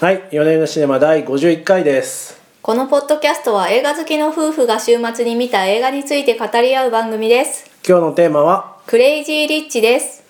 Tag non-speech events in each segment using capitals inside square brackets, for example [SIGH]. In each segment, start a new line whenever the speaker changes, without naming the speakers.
はい、4年のシネマ第51回です。
このポッドキャストは映画好きの夫婦が週末に見た映画について語り合う番組です
今日のテーマは、
クレイジーリッチです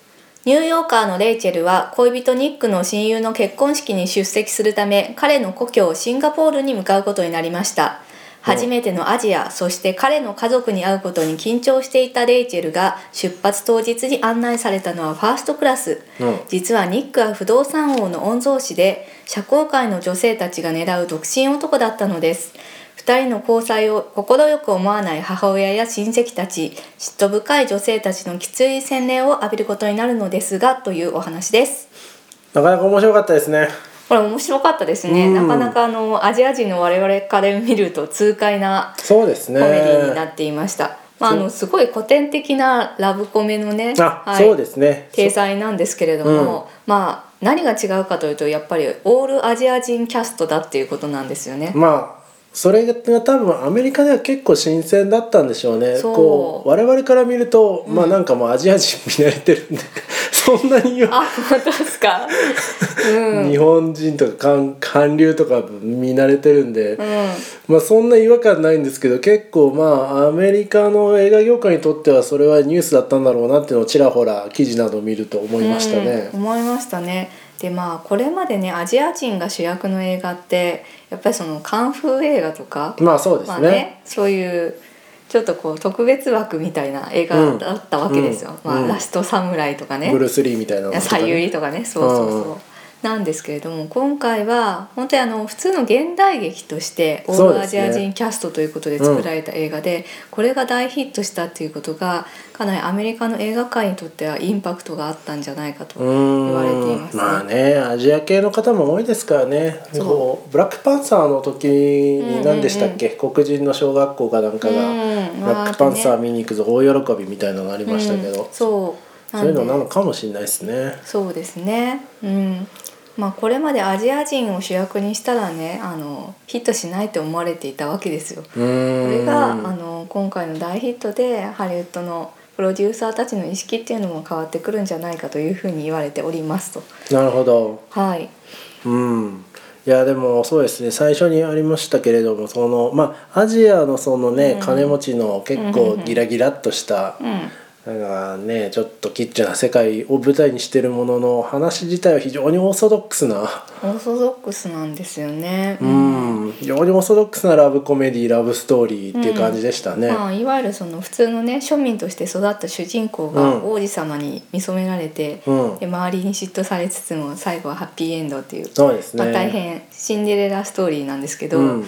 ニューヨーカーのレイチェルは恋人ニックの親友の結婚式に出席するため彼の故郷シンガポールに向かうことになりました初めてのアジアそして彼の家族に会うことに緊張していたレイチェルが出発当日に案内されたのはファーストクラス、
うん
実はニックは不動産王の御曹司で社交界の女性たちが狙う独身男だったのです2人の交際を快く思わない母親や親戚たち嫉妬深い女性たちのきつい洗礼を浴びることになるのですがというお話です
なかなか面白かったですね。
これ面白かったですね、
うん
なかなかあのアジア人の我々から見ると痛快な
そうですね。
コメディになっていました、まあ、あのすごい古典的なラブコメのね
あ、
はい
そうですね。
体裁なんですけれども、まあ何が違うかというとやっぱりオールアジア人キャストだっていうことなんですよね。
まあ、それが多分アメリカでは結構新鮮だったんでしょうね。
そう
こう、我々から見ると、まあなんかもうアジア人見慣れてるんで、 [LAUGHS] そんなに言わ
あ本当ですか。うん、うん、
日本人とか韓韓流とか見慣れてるんで、まあそんな違和感ないんですけど結構まあアメリカの映画業界にとってはそれはニュースだったんだろうなっていうのをちらほら記事など見ると思いましたね
う。ん思いましたね。でまあこれまでねアジア人が主役の映画ってやっぱりそのカンフー映画とか、
まあそうです
まあ
ね。
ねそういうちょっとこう特別枠みたいな映画だったわけですよ。
うん
まあ、
うん
ラストサムライとかね。
ブルース・リーみたいなのとか
さ
ね
ゆりとかねそうそうそう、
うんうん
なんですけれども今回は本当にあの普通の現代劇としてオ
そう
ー
ですね
ルアジア人キャストということで作られた映画で、これが大ヒットしたっていうことがかなりアメリカの映画界にとってはインパクトがあったんじゃないかと
うーん
言われていますね。
まあねアジア系の方も多いですからね
そう
こうブラックパンサーの時に何でしたっけ、黒人の小学校かなんかが、
うん
ブラックパンサー
ま
見に行くぞ大喜びみたいなのあり
あね
ましたけど、
うんそう
そういうのな
で
のかもしれないですね。
そうですね。うん。まあこれまでアジア人を主役にしたらね、あのヒットしないと思われていたわけです
う
よ。
ーん
これがあの今回の大ヒットでハリウッドのプロデューサーたちの意識っていうのも変わってくるんじゃないかというふうに言われておりますと。
なるほど。
はい。
うん。いやでもそうですね最初にありましたけれどもそのまあアジアのそのね、
うん
金持ちの結構ギラギラっとした、
うん。
なんかねちょっとキッチュな世界を舞台にしてるものの話自体は非常にオーソドックスな、
オーソドックスなんですよね。
うん、非常にオーソドックスなラブコメディラブストーリーっていう感じでしたね。
まあ、いわゆるその普通のね庶民として育った主人公
う
が
ん
王子様に見初められて、
うん
で周りに嫉妬されつつも最後はハッピーエンドっていう、
そうですね。
まあ、大変シンデレラストーリーなんですけど、
うん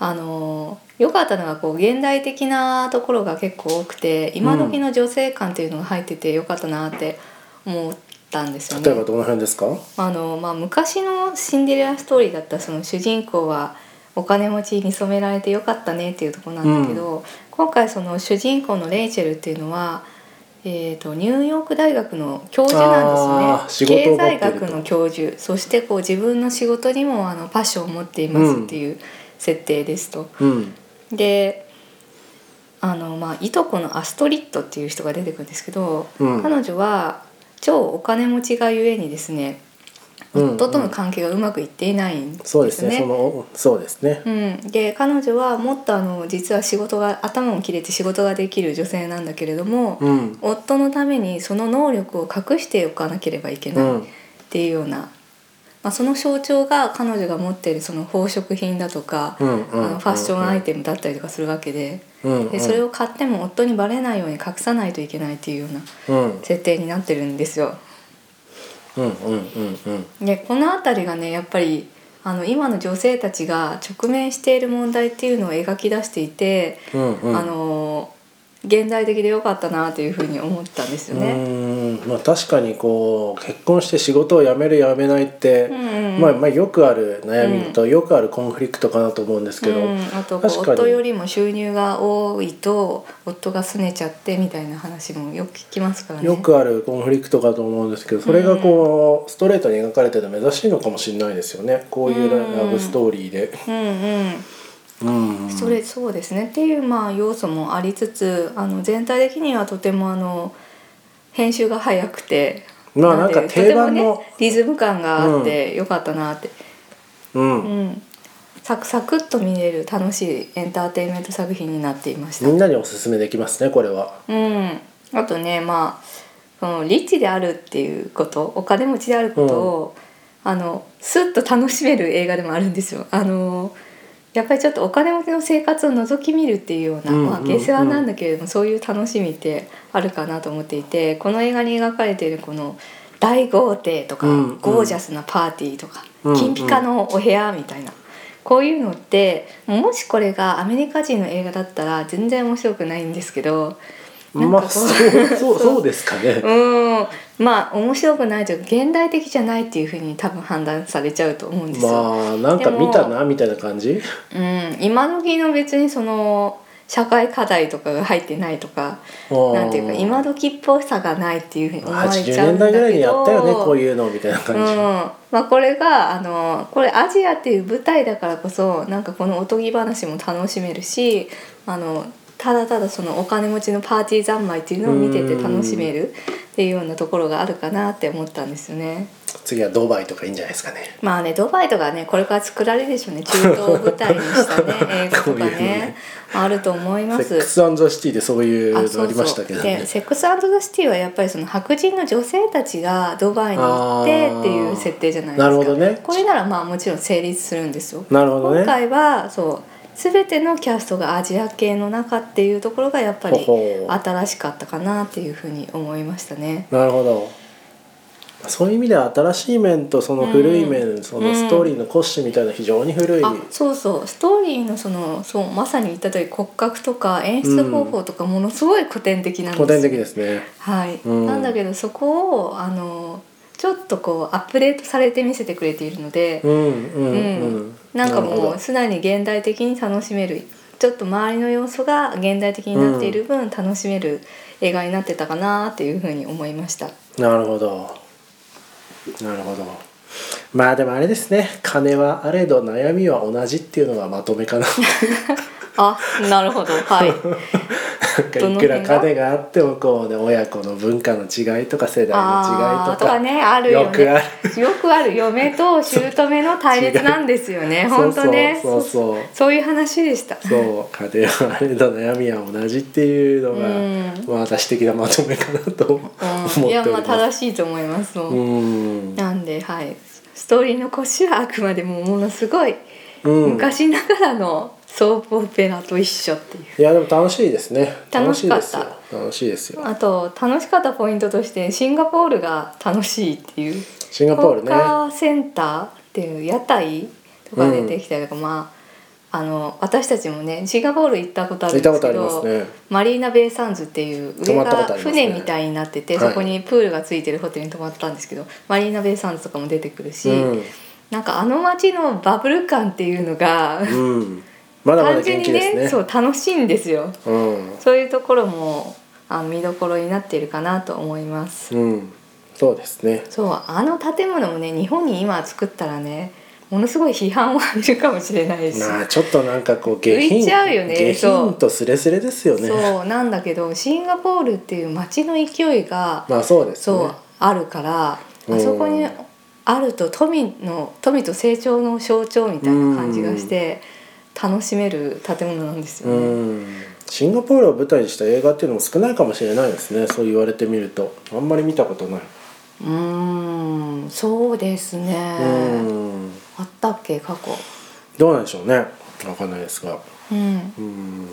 あの良かったのがこう現代的なところが結構多くて今時の女性感っていうのが入ってて良かったなって思ったんですよ
例え
ね
ば。どの辺ですか？
あのまあ、昔のシンデレラストーリーだったらその主人公はお金持ちに染められてよかったねっていうところなんだけど、今回その主人公のレイチェルっていうのは、えー、とニューヨーク大学の教授なんですね
あー仕事を持
経
ってい
済
ると
学の教授そしてこう自分の仕事にもあのパッションを持っていますっていう設定ですと。
うん。
であの、まあ、いとこのアストリッドっていう人が出てくるんですけど、
うん
彼女は超お金持ちがゆえにですね
うん
夫との関係がうまくいっていないんですね。
そうですね。そのそうですね。
うん、で彼女はもっとあの実は仕事が頭も切れて仕事ができる女性なんだけれども、
うん。
夫のためにその能力を隠しておかなければいけ
う
ないっ
ん。
ていうような、まあ、その象徴が彼女が持っているその宝飾品だとか、
うんうん
あのファッションアイテムだったりとかするわけで,、
うんうん
でそれを買っても夫にバレないように隠さないといけないっていうような
うん
設定になってるんですよ。
うんうんうんうん
でこの辺りがねやっぱりあの今の女性たちが直面している問題っていうのを描き出していて、
うんうん
あの現代的で良かったなというふうに思ったんですよね。
うーんまあ確かにこう結婚して仕事を辞める辞めないって、
んうん
まあ、まあよくある悩みとよくあるコンフリクトかなと思うんですけど、
うん、あとこう
確かに
夫よりも収入が多いと夫が拗ねちゃってみたいな話もよく聞きますからね。
よくあるコンフリクトかと思うんですけどそれがこうストレートに描かれてるの珍しいのかもしれないですよねこういうララブストーリーで。
うんうん
うん
それそうですねっていうまあ要素もありつつあの全体的にはとてもあの編集が早くて
まあ
で
なんか定番の
とてもねリズム感があってよかったなって
うん
うん、サクサクっと見れる楽しいエンターテインメント作品になっていました
みんなにおすすめできますねこれは
うん、あとねまあそのリッチであるっていうことお金持ちであることを、あのスッと楽しめる映画でもあるんですよ。あのやっぱりちょっとお金持ちの生活を覗き見るっていうような、
うん
まあ、
うん
下世話なんだけれども、そういう楽しみってあるかなと思っていてこの映画に描かれているこの大豪邸とか、
うんうん
ゴージャスなパーティーと
うん
か、
うん
金ピカのお部屋みたいなこういうのってもしこれがアメリカ人の映画だったら全然面白くないんですけどなん
ま
か
あ
こ
そう
う
そうそうですかね
うんまあ面白くないというか現代的じゃないっていうふうに多分判断されちゃうと思うんですよ。
まあなんか見たなみたいな感じ
うん、今時の別にその社会課題とかが入ってないとかなんていうか今時っぽさがないっていうふうに思われち
80
ゃう
年
んだ
代ぐらい
け
にや
ど
ったよねこういうのみたいな感じ、
うんまあ、これがあのこれアジアっていう舞台だからこそなんかこのおとぎ話も楽しめるしあのただただそのお金持ちのパーティー三昧っていうのを見てて楽しめるっていうようなところがあるかなって思ったんですよね。
次はドバイとかいいんじゃないですかね
まあねドバイとかねこれから作られるでしょうね中東を舞台にした
[LAUGHS]
ね映画と
こう
か
いう
ね
のね
あると思い
セ
ま
ック
す。
スアンドザシティでそういうの
あ
ありましたけどね
でセックスザ・シティはやっぱりその白人の女性たちがドバイに行ってっていう設定じゃないですか
あーなるほどね
これならまあもちろん成立するんですよ、
なるほど
今
ね
回はそう全てのキャストがアジア系の中っていうところがやっぱり
ほほ
新しかったかなっていうふうに思いましたね
なるほどそういう意味では新しい面とその古い面、そのストーリーの骨子みたいな非常に古い、
あそうそうストーリーのそのそうまさに言った通り骨格とか演出方法とかものすごい古典的なんですよ
古典的ですね
はい、
うん
なんだけどそこをあのちょっとこうアップデートされて見せてくれているので、
うんうん
うん
うん、
なんか
るほ
も
ど
う素直に現代的に楽しめるちょっと周りの要素が現代的になっている分楽しめる映画になってたかなっていうふうに思いました。
なるほどなるほどまあでもあれですね金はあれど悩みは同じっていうのがまとめかな
あなる
[LAUGHS]
ほどはい。
なんか
どの
いく
辺が
ら金があってもこうね親子の文化の違いとか世代の
あ
違
ー
いとか
ねあるよね
よくあ
よくある嫁と姑の対立なんですよね
そう
本当ね
そうそうそう
そういう話でした
そう金はあれど悩みは同じっていうのが、
うん
まあ私的なまとめかなと思って
うん、
お
い
り
やまあ
ます。
正しいと思いますもう
うん
なんではいストーリーの腰はあくまでもものすごい
うん
昔ながらのソープオペラと一緒っていう
いやでも楽しいですね。
楽しかった
楽しいですよ。楽しいですよ。
あと楽しかったポイントとしてシンガポールが楽しいっていう
シンガポールね。
カーセンターっていう屋台とか出てきたりとか、まああの私たちもねシンガポール行ったことある
行
ん
った
です
こと
け
ありま
ど
すね。
マリーナ・ベイ・サンズっていう
泊まったこと
上が
ありますね
船みたいになってて、
はい
そこにプールがついてるホテルに泊まったんですけどマリーナ・ベイ・サンズとかも出てくるし、
うん
なんかあの街のバブル感っていうのが、
うん。まだまだ
単
元
純
気
に
で
ね
すね。
そう楽しいんですよ
うん。
そういうところもあの見どころになっているかなと思います。
うん。そうですね。
そうあの建物もね日本に今作ったらねものすごい批判を浴びるかもしれないし、
まあちょっとなんかこう下
浮い
品、
ちゃうよね
下品とスレスレですよね。
そうなんだけどシンガポールっていう街の勢いが、
まあそうですね。
そうあるから、
うん
あそこにあると富の富と成長の象徴みたいな感じがして、楽しめる建物なんですよね。
うん。シンガポールを舞台にした映画っていうのも少ないかもしれないですね。そう言われてみると、あんまり見たことない。
うーんそうですね、
うん。
あったっけ過去、
どうなんでしょうね。わかんないですが。
うん
う、んうん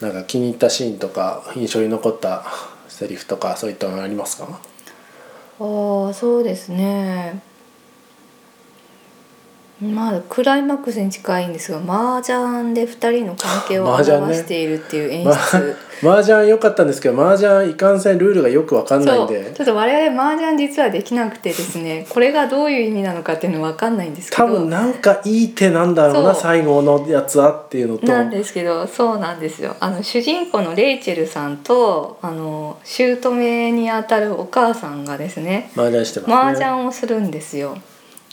なんか気に入ったシーンとか印象に残ったセリフとかそういったのありますか
ああそうですねまあクライマックスに近いんですが麻雀で2人の関係を表
麻雀ね
しているっていう
[LAUGHS]
演
ま
出、
麻雀良かったんですけど麻雀いかんせんルールがよくわかんない
そ
ん
う
で
ちょっと我々麻雀実はできなくてですねこれがどういう意味なのかっていうのは分かんないんですけど
多分なんかいい手なんだろうな
そう
最後のやつはっていうのと
なんですけどそうなんですよあの主人公のレイチェルさんとあの姑にあたるお母さんがですね、
麻雀してますね
麻雀をするんですよ。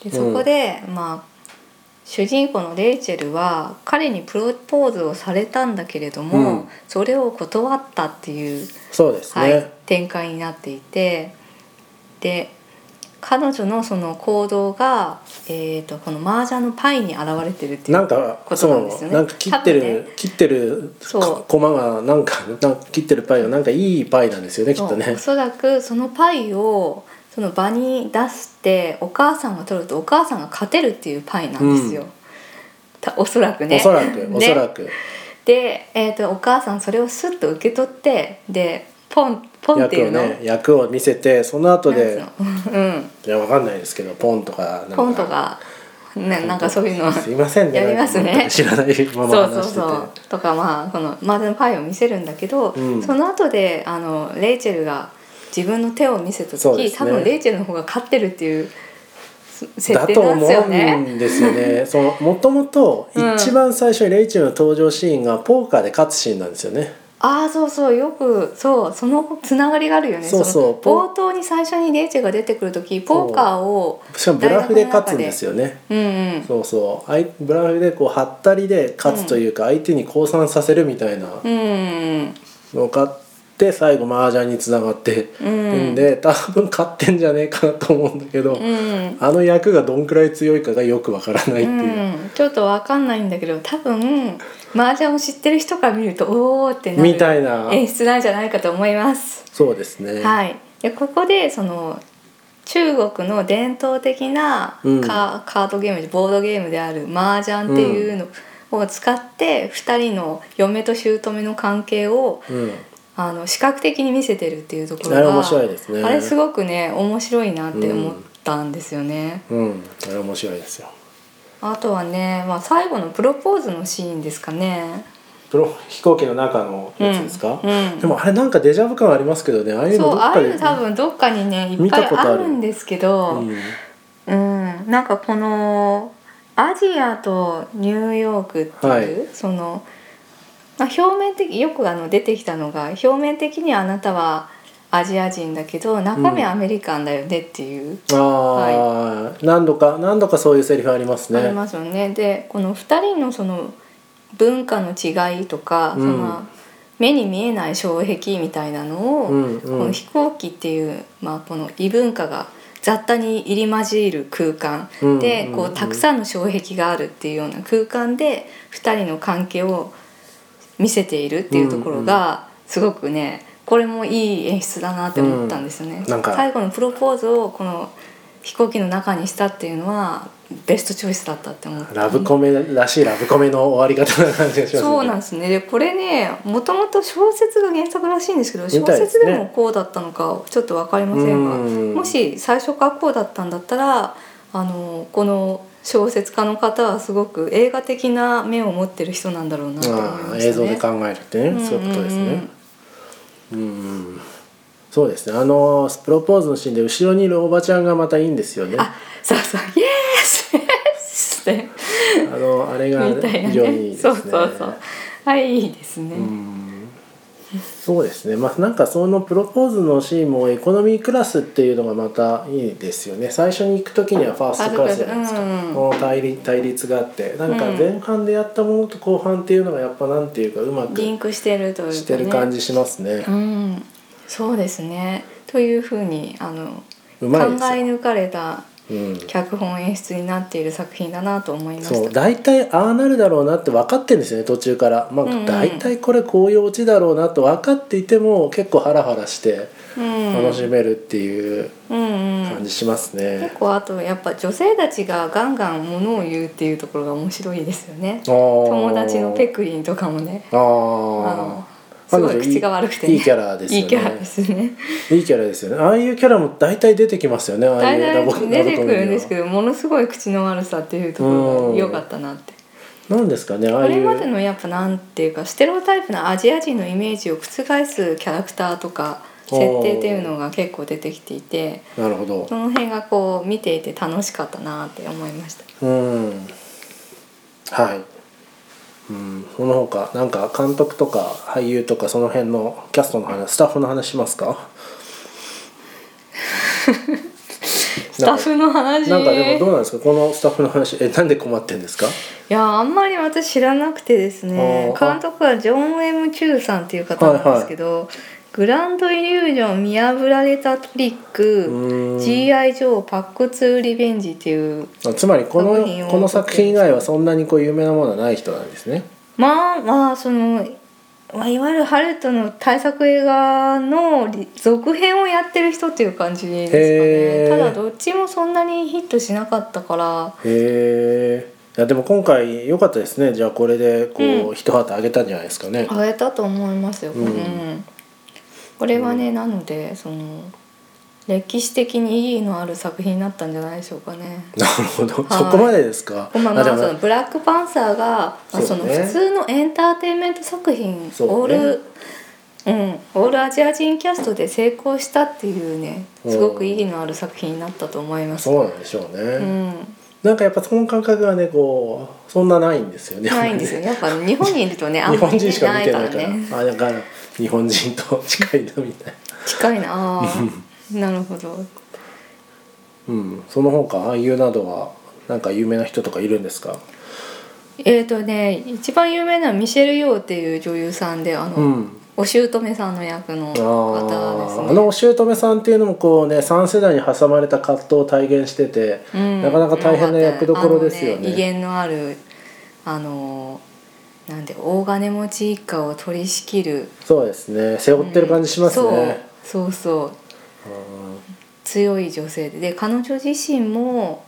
でそこで、まあ主人公のレイチェルは彼にプロポーズをされたんだけれども、
うん
それを断ったっていう、
そうですね、
はい展開になっていてで彼女のその行動が、えー、とこの麻雀のパイに現れてるっていう
なんか
ことなんですよ
そ
ね
うなんか切ってる、
多分ね
切ってる
そう
こ駒がなんかなんか切ってるパイがなんかいいパイなんですよねきっと
そう
ね
お。そらくそのパイをその場に出してお母さんが取るとお母さんが勝てるっていうパイなんですよ、
うん
たおそらくね
おそらくおそら
ね、
く、
で、えー、とお母さんそれをスッと受け取ってでポンポンって
役
いう
を
の
ね役を見せてその後で
なんつうの [LAUGHS] うん
いやわかんないですけどポンとかなんか
ポンとかねなんかそういうの
すいませんね
やりますね
なんか知らないまま
そうそう
話してて
そうとかまあこのマージャンパイを見せるんだけど、
うん
その後であのレイチェルが自分の手を見せた
そう
時、
です
多
ね
分レイチェルの方が勝ってるっていうす設
だ
定
と
なん
思
ですよね。
うんですよ
[LAUGHS]
ね。そのもともと
うん
一番最初にレイチェルの登場シーンがポーカーで勝つシーンなんですよね。
ああそうそうよくそうそのつながりがあるよね
そうそう
の
ポ
冒頭に最初にレイチェルが出てくる時ポーカーを
しかもブラフで勝つんですよね。
うんうん
そうそうあいブラフでこうハったりで勝つというか、相手に降参させるみたいな
うんうん
のを勝って最後麻雀につながって
うん
んで多分勝ってんじゃねえかなと思うんだけど、
うん
あの役がどんくらい強いかがよくわからないっていう。
うん、ちょっとわかんないんだけど多分麻雀を知ってる人から見るとおおってなる
みたいな
演出なんじゃないかと思います。
そうですね。
はい、でここでその中国の伝統的なカ,、
うん
カードゲームボードゲームである麻雀っていうのを使って2人の嫁と姑の関係を
うん。
あの視覚的に見せてるっていうところが
あれ面白いですね
あれすごくね面白いなって思ったんですよね。
うん。あれ面白いですよ。
あとはね、まあ、最後のプロポーズのシーンですかね。
プロ飛行機の中のやつですか、
うんうん
でもあれなんかデジャブ感ありますけどねああいうの
そ
ど
う
っ
あ
か
あ
で
いうの多分どっかにねいっ
見
ぱ
た
い
ことある
あるんですけど、う
う
ん
ん
なんかこのアジアとニューヨークっていう、その、まあ、表面的よくあの出てきたのが表面的にはあなたはアジア人だけど中身はアメリカンだよねっていう、
ああ、何度か何度かそういうセリフありますね
ありますよね。でこの2人のその文化の違いとか、
うん
その目に見えない障壁みたいなのを、
うんうん
この飛行機っていう、まあ、この異文化が雑多に入り混じる空間
うん
で、
うん
こうたくさんの障壁があるっていうような空間で2人の関係を見せているっていうところが、すごくねこれもいい演出だなって思ったんですよね。
うんなんか
最後のプロポーズをこの飛行機の中にしたっていうのはベストチョイスだったって思った
ラブコメらしいラブコメの終わり方な感じがしますね
そうなんですねでこれねもともと小説が原作らしいんですけど
み
小
たいです
説
ね
でもこうだったのかちょっと分かりませんが
うん
もし最初からこうだったんだったらあのこの小説家の方はすごく映画的な面を持ってる人なんだろうなと思い
あ
ま
あ
したね。
映像で考えるってね、そういうことです
うんうんう
ね
ん
うんうんそうですねあのプロポーズのシーンで後ろにいるおばちゃんがまたいいんですよね
あ
あ
そうそう「イエース!」って
のあれが
みたいな
非常にいい
ね
です
そ
ね
うそうそうはいいいですね、
うんそうですねまあなんかそのプロポーズのシーンもエコノミークラスっていうのがまたいいですよね最初に行く時にはファーストクラスじゃないですか、
ファーストクラスうん
この対立対立があってなんか前半でやったものと後半っていうのがやっぱなんていうかうまく
リンクしてるというか、ね、
してる感じしますね
うん、そうですね。というふうにあの
う
考
ま
え
いですよ
抜かれた
うん
脚本演出になっている作品だなと思いました。
そう大体ああなるだろうなって分かってるんですよね途中から、まあ
うんうん
大体これこういうオチだろうなと分かっていても結構ハラハラして
うん、
楽しめるっていう
うんうん
感じしますね、
結構あとやっぱ女性たちがガンガンものを言うっていうところが面白いですよね。
友
友達のペクリンとかもね、
あ
あ
の
のすごい口が悪くてね、
いいキャラですよね
いいキャラですね。
いいキャラですよねああいうキャラも大体出てきますよねああい
大
うラボ
体出てくるんです
ど
けど、ものすごい口の悪さっていうところが良かったなって。
何ですかねあ
こ
あい
れ
う
までのやっぱなんていうかステレオタイプなアジア人のイメージを覆すキャラクターとか設定っていうのが結構出てきていて
なるほど
その辺がこう見ていて楽しかったなって思いました。
うんはいうん、その他なんか監督とか俳優とかその辺のキャストの話スタッフの話します
[LAUGHS]
か
スタッフの話
なんかでもどう
い
なんですかこのスタッフの話えなんで困ってんですか
やあんまり私知らなくてですね
あー
監督はジョン・ M ・チューさんっていう方なんですけど、グランドイリュージョン見破られたトリック
う
G.I. ジョーパック2リベンジっていう
ーんつまりこ
作品
の
を
この作品以外はそんなにこう有名なものはない人なんですね。
まあまあその、まあ、いわゆるハルトの大作映画のリ続編をやってる人っていう感じで
へ
す
ー
かねただどっちもそんなにヒットしなかったから
へえ。いやでも今回良かったですね。じゃあこれでこう、
うん
一旗あげたんじゃないですかね。
あげたと思いますよ、う
うんん
これはね、なのでその歴史的に意義のある作品になったんじゃないでしょうかね。
なるほど。
はい
そこまでですか。
まあまあ
あでも
そのブラックパンサーが、まあ、そ
そう
の
ね
普通のエンターテインメント作品、
そうね
オールうん、オールアジア人キャストで成功したっていうねすごく意義のある作品になったと思います。
そうなんでしょうね。
うん、
なんかやっぱその感覚がねこうそんなないんですよね。
ないんですよやっぱ日本にいるとねあん
日
ま
本
り
人しか見
ない
て
か
な
ら
いから。
ね。
あだから日本人と近いなみたいな。
近いなあ
[LAUGHS]
ーなるほど
うん。その他俳優などはなんか有名な人とかいるんですか。
えーとね一番有名なのはミシェル・ヨーっていう女優さんであの、
うん。
お姑さんの役
あ
の方です
ー
ね。
あのお姑さんっていうのもこうね3世代に挟まれた葛藤を体現してて、
うん
なかなか大変な役どころですよ
あ
ね
の威厳のあるあのなんで大金持ち一家を取り仕切る
そうですね背負ってる感じしますね、
そうそうそう強い女性でで彼女自身も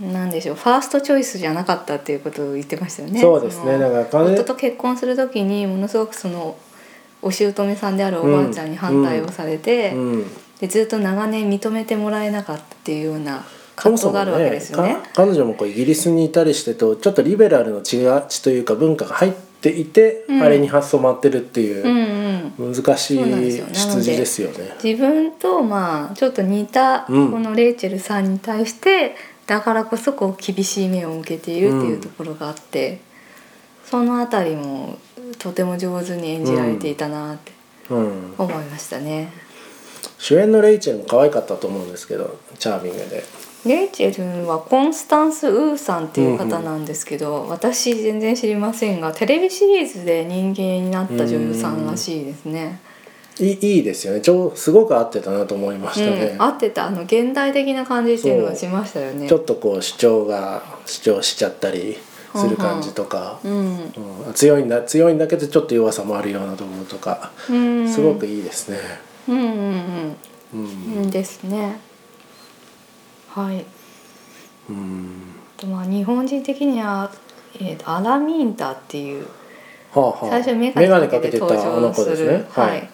なんでしょうファーストチョイスじゃなかったっていうことを言ってましたよね。
そうですね
の
だから彼
夫と結婚する時にものすごくそのお姑さんであるおばあちゃんに反対をされて、
うんうん
でずっと長年認めてもらえなかったっていうような
そ
葛
も
藤
そ
があ
も
るわけ
ね
ですよね
か。彼女もこうイギリスにいたりしてとちょっとリベラルの血が血というか文化が入っていて、
うん
あれに発想回ってるって
うん
いう
うん
難し
そうなんです
い
よなので
出自ですよね。
自分とまあちょっと似たこ
うん
のレイチェルさんに対して、だからこそこう厳しい目を向けているっていうところがあって、そのあたりもとても上手に演じられていたなって
うん、
思いましたね。
主演のレイチェルも可愛かったと思うんですけどチャーミングで
レイチェルはコンスタンス・ウーさんっていう方なんですけど、私全然知りませんがテレビシリーズで人間になった女優さんらしいですね。
いいいいですよねちょうすごく合ってたなと思いましたね。
うん、合ってたあの現代的な感じっていうのがしましたよね
ちょ。っとこう主張が主張しちゃったりする感じとか、
うん、
うん強いんだ強いんだけどちょっと弱さもあるようなところとか、
うん、
すごくいいですね。
うんう
う
ん
ん
うんうんですね。はい。
うん
あとまあ日本人的には、えーと、アラミンタっていう
はあはあ、
最初メ
眼
ガネ
鏡
か
か
け
け
て
てた
登
あの
場
子
す
です
る
ね。
はい、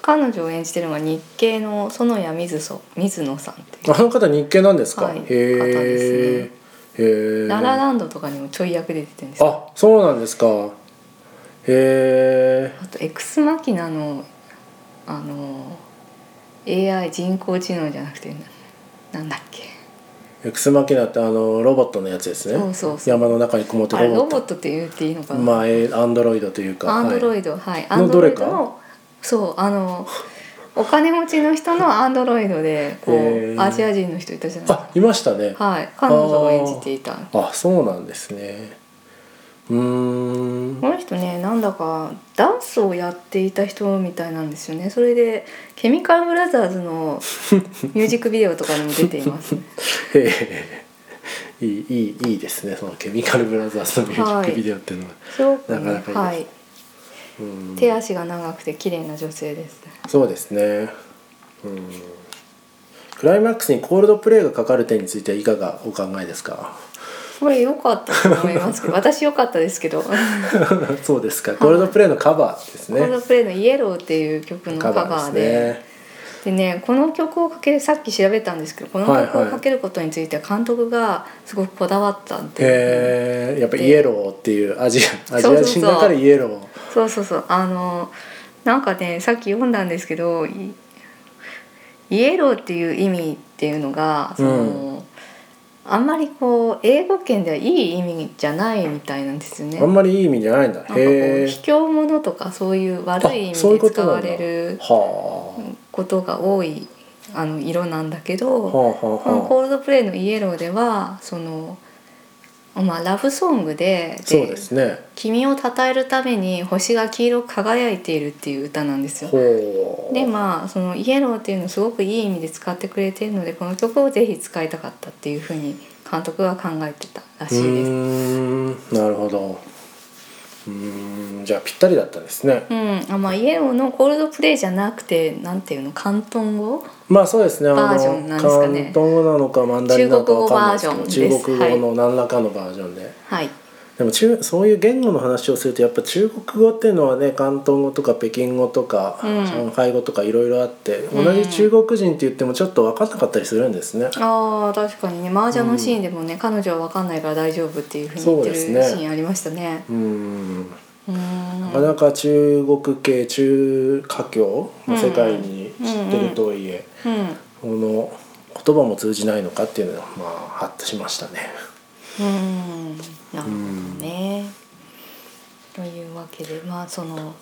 彼女を演じてるのが日系の園谷水そ水野さんっていう
あの方日系なんですか。
はい
へ
方です
え
ね。
へえ。
ララランドとかにもちょい役で出てるんですよ
あ、そうなんですか。へ
あとエクスマキナのあの AI 人工知能じゃなくてななんだっけ
え。エクスマキナってあのロボットのやつですね。
そうそうそう
山の中にこもって
あれ
ロ
ロ
ボ
ボ
ッ
ットって言っていいのか
ト。
な、
まあえアンドロイドというか。
アンドロ
イ
イドはいア
の
ンド
ど
ロイ
れ
ド
か
のそうあのお金持ちの人のアンドロイドでこう、
へー
アジア人の人いたじゃない
あ、いましたね。
はい彼女を演じていた
あ、そうなんですね。うーん。
この人ねなんだかダンスをやっていた人みたいなんですよねそれでケミカルブラザー
[LAUGHS]
ズのミュージックビデオとかにも出ていますね
へえ。いいいいいいですね。そのケミカルブラザーズのミュージックビデオっていうのは。
すごくね
なかなかいいです
はい
うん
手足が長くて綺麗な女性です
そうですね。うん。クライマックスにコールドプレイがかかる点についてはいかがお考えですか。 [LAUGHS]
これ良かったと思いますけど私良かったですけど
そうですか。コールドプレイのカバーです
コール
ね
ド。プレイの「イエロー」っていう曲のカバーでで,、
ね。
ねこの曲をかけるさっき調べたんですけどこの
はい
曲を
はい
かけることについて監督がすごくこだわったんで、
へえ、やっぱイエローっていうアジアアジ
そうそうそう
ア人だからイエロー。
そうそうそうあのなんかねさっき読んだんですけどいイエローっていう意味っていうのがその、
う
あんまりこう英語圏ではいい意味じゃないみたいなんですよね。
あんまりいい意味じゃないんだ。
なんかこう
へえ。
卑怯者とかそういう悪い意
あそうい
味
うこと
で使
なん
わ
だ
れる
は
ことが多いあの色なんだけ
あ。
ど
はあは
この
あ
コ
は
ールドプレイの「イエロー」ではそのまあ、ラブソングで
そうですね
君を称えるために星が黄色く輝いている」っていう歌なんですよ。
ほう
でまあその「イエロー」っていうのをすごくいい意味で使ってくれてるのでこの曲をぜひ使いたかったっていうふうに監督は考えてたら
う
しいです。
ーんなるほどうーんじゃあぴったりだったですね
うん、あまあイエローのコールドプレイじゃなくてなんていうの広東語
まあそうですねあの
バージョンなんですかね
広東語なのかマンダリンなのかわかんないですけど
中国
中
語バージョンです
国語の何らかのバージョンで、
はい
でも中そういう言語の話をするとやっぱ中国語っていうのはね広東語とか北京語とか、
うん
上海語とかいろいろあって
ん
同じ中国人って言ってもちょっと分かんなかったりするんですね。
あー確かにね麻雀のシーンでもね、彼女は分かんないから大丈夫っていうふうに言ってる
そ
シ
うですね
ーンありましたね。
うん
うー
なんかなか中国系中華僑の世界に
うん
知ってるとはいえ、
うん
この言葉も通じないのかっていうのはまあハッとしましたね。
うーんなるほどね。というわけでまあその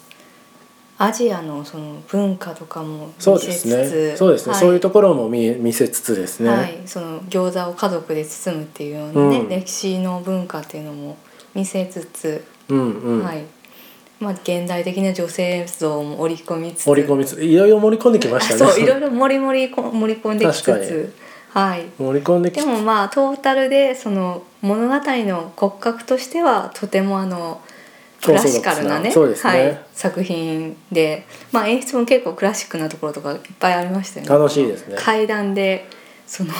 アジアのその文化とかも見せ
そう
つつ
ですね。そうですね。
はい、
そういうところも見見せつつですね。
はい、その餃子を家族で包むっていうようなね、
うん
歴史の文化っていうのも見せつつ、
うんうん。
はいまあ、現代的な女性像も織り込みつつ
盛り込みついろいろ盛り込んできましたね。
[LAUGHS] あそういろいろ盛り盛りこ盛り込んできつ
確かに
つ、はい、
盛り込んでき
でもまあトータルでその物語の骨格としてはとてもあのクラシカルなね
そうですね
はい、作品で、まあ、演出も結構クラシックなところとかいっぱいありましたよね。
楽しいですね。
階段でその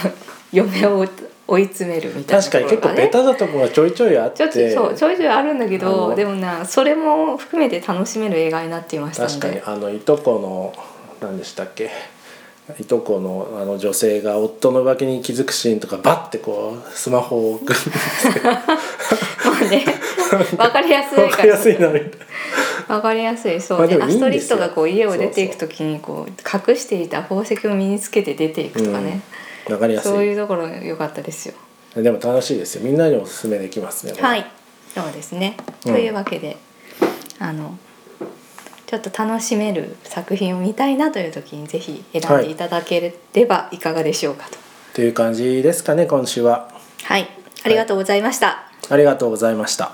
嫁を追い詰めるみたいな
確かに結構ベタなところがちょいちょいあっ
ちょ
て
っとそうちょいちょいあるんだけ
あ
ど
の
でもなそれも含めて楽しめる映画になっていましたの
確
で
かにあのいとこの何でしたっけいとこのあの女性が夫の浮気に気づくシーンとかバッてこうスマホを置く
まあね [LAUGHS] わかりやすい
わ
か
かりや
ら
すいなみたいな
わかりやすいそ
ま
う
あ
で
でも
ア
いい
ス
んですよ
トリッドがこう家を出ていく時にこう隠していた宝石を身につけて出ていくとかね、
わかりやす
そう
い
いうところが良かったですよ。
でも楽しいですよみんなにおすすめできますねこれ
はい、そうですね。
うん
というわけで、あのちょっと楽しめる作品を見たいなという時にぜひ選んでいただければいかがでしょうかと。
という感じですかね今週は
はい、ありがとうございました。
ありがとうございました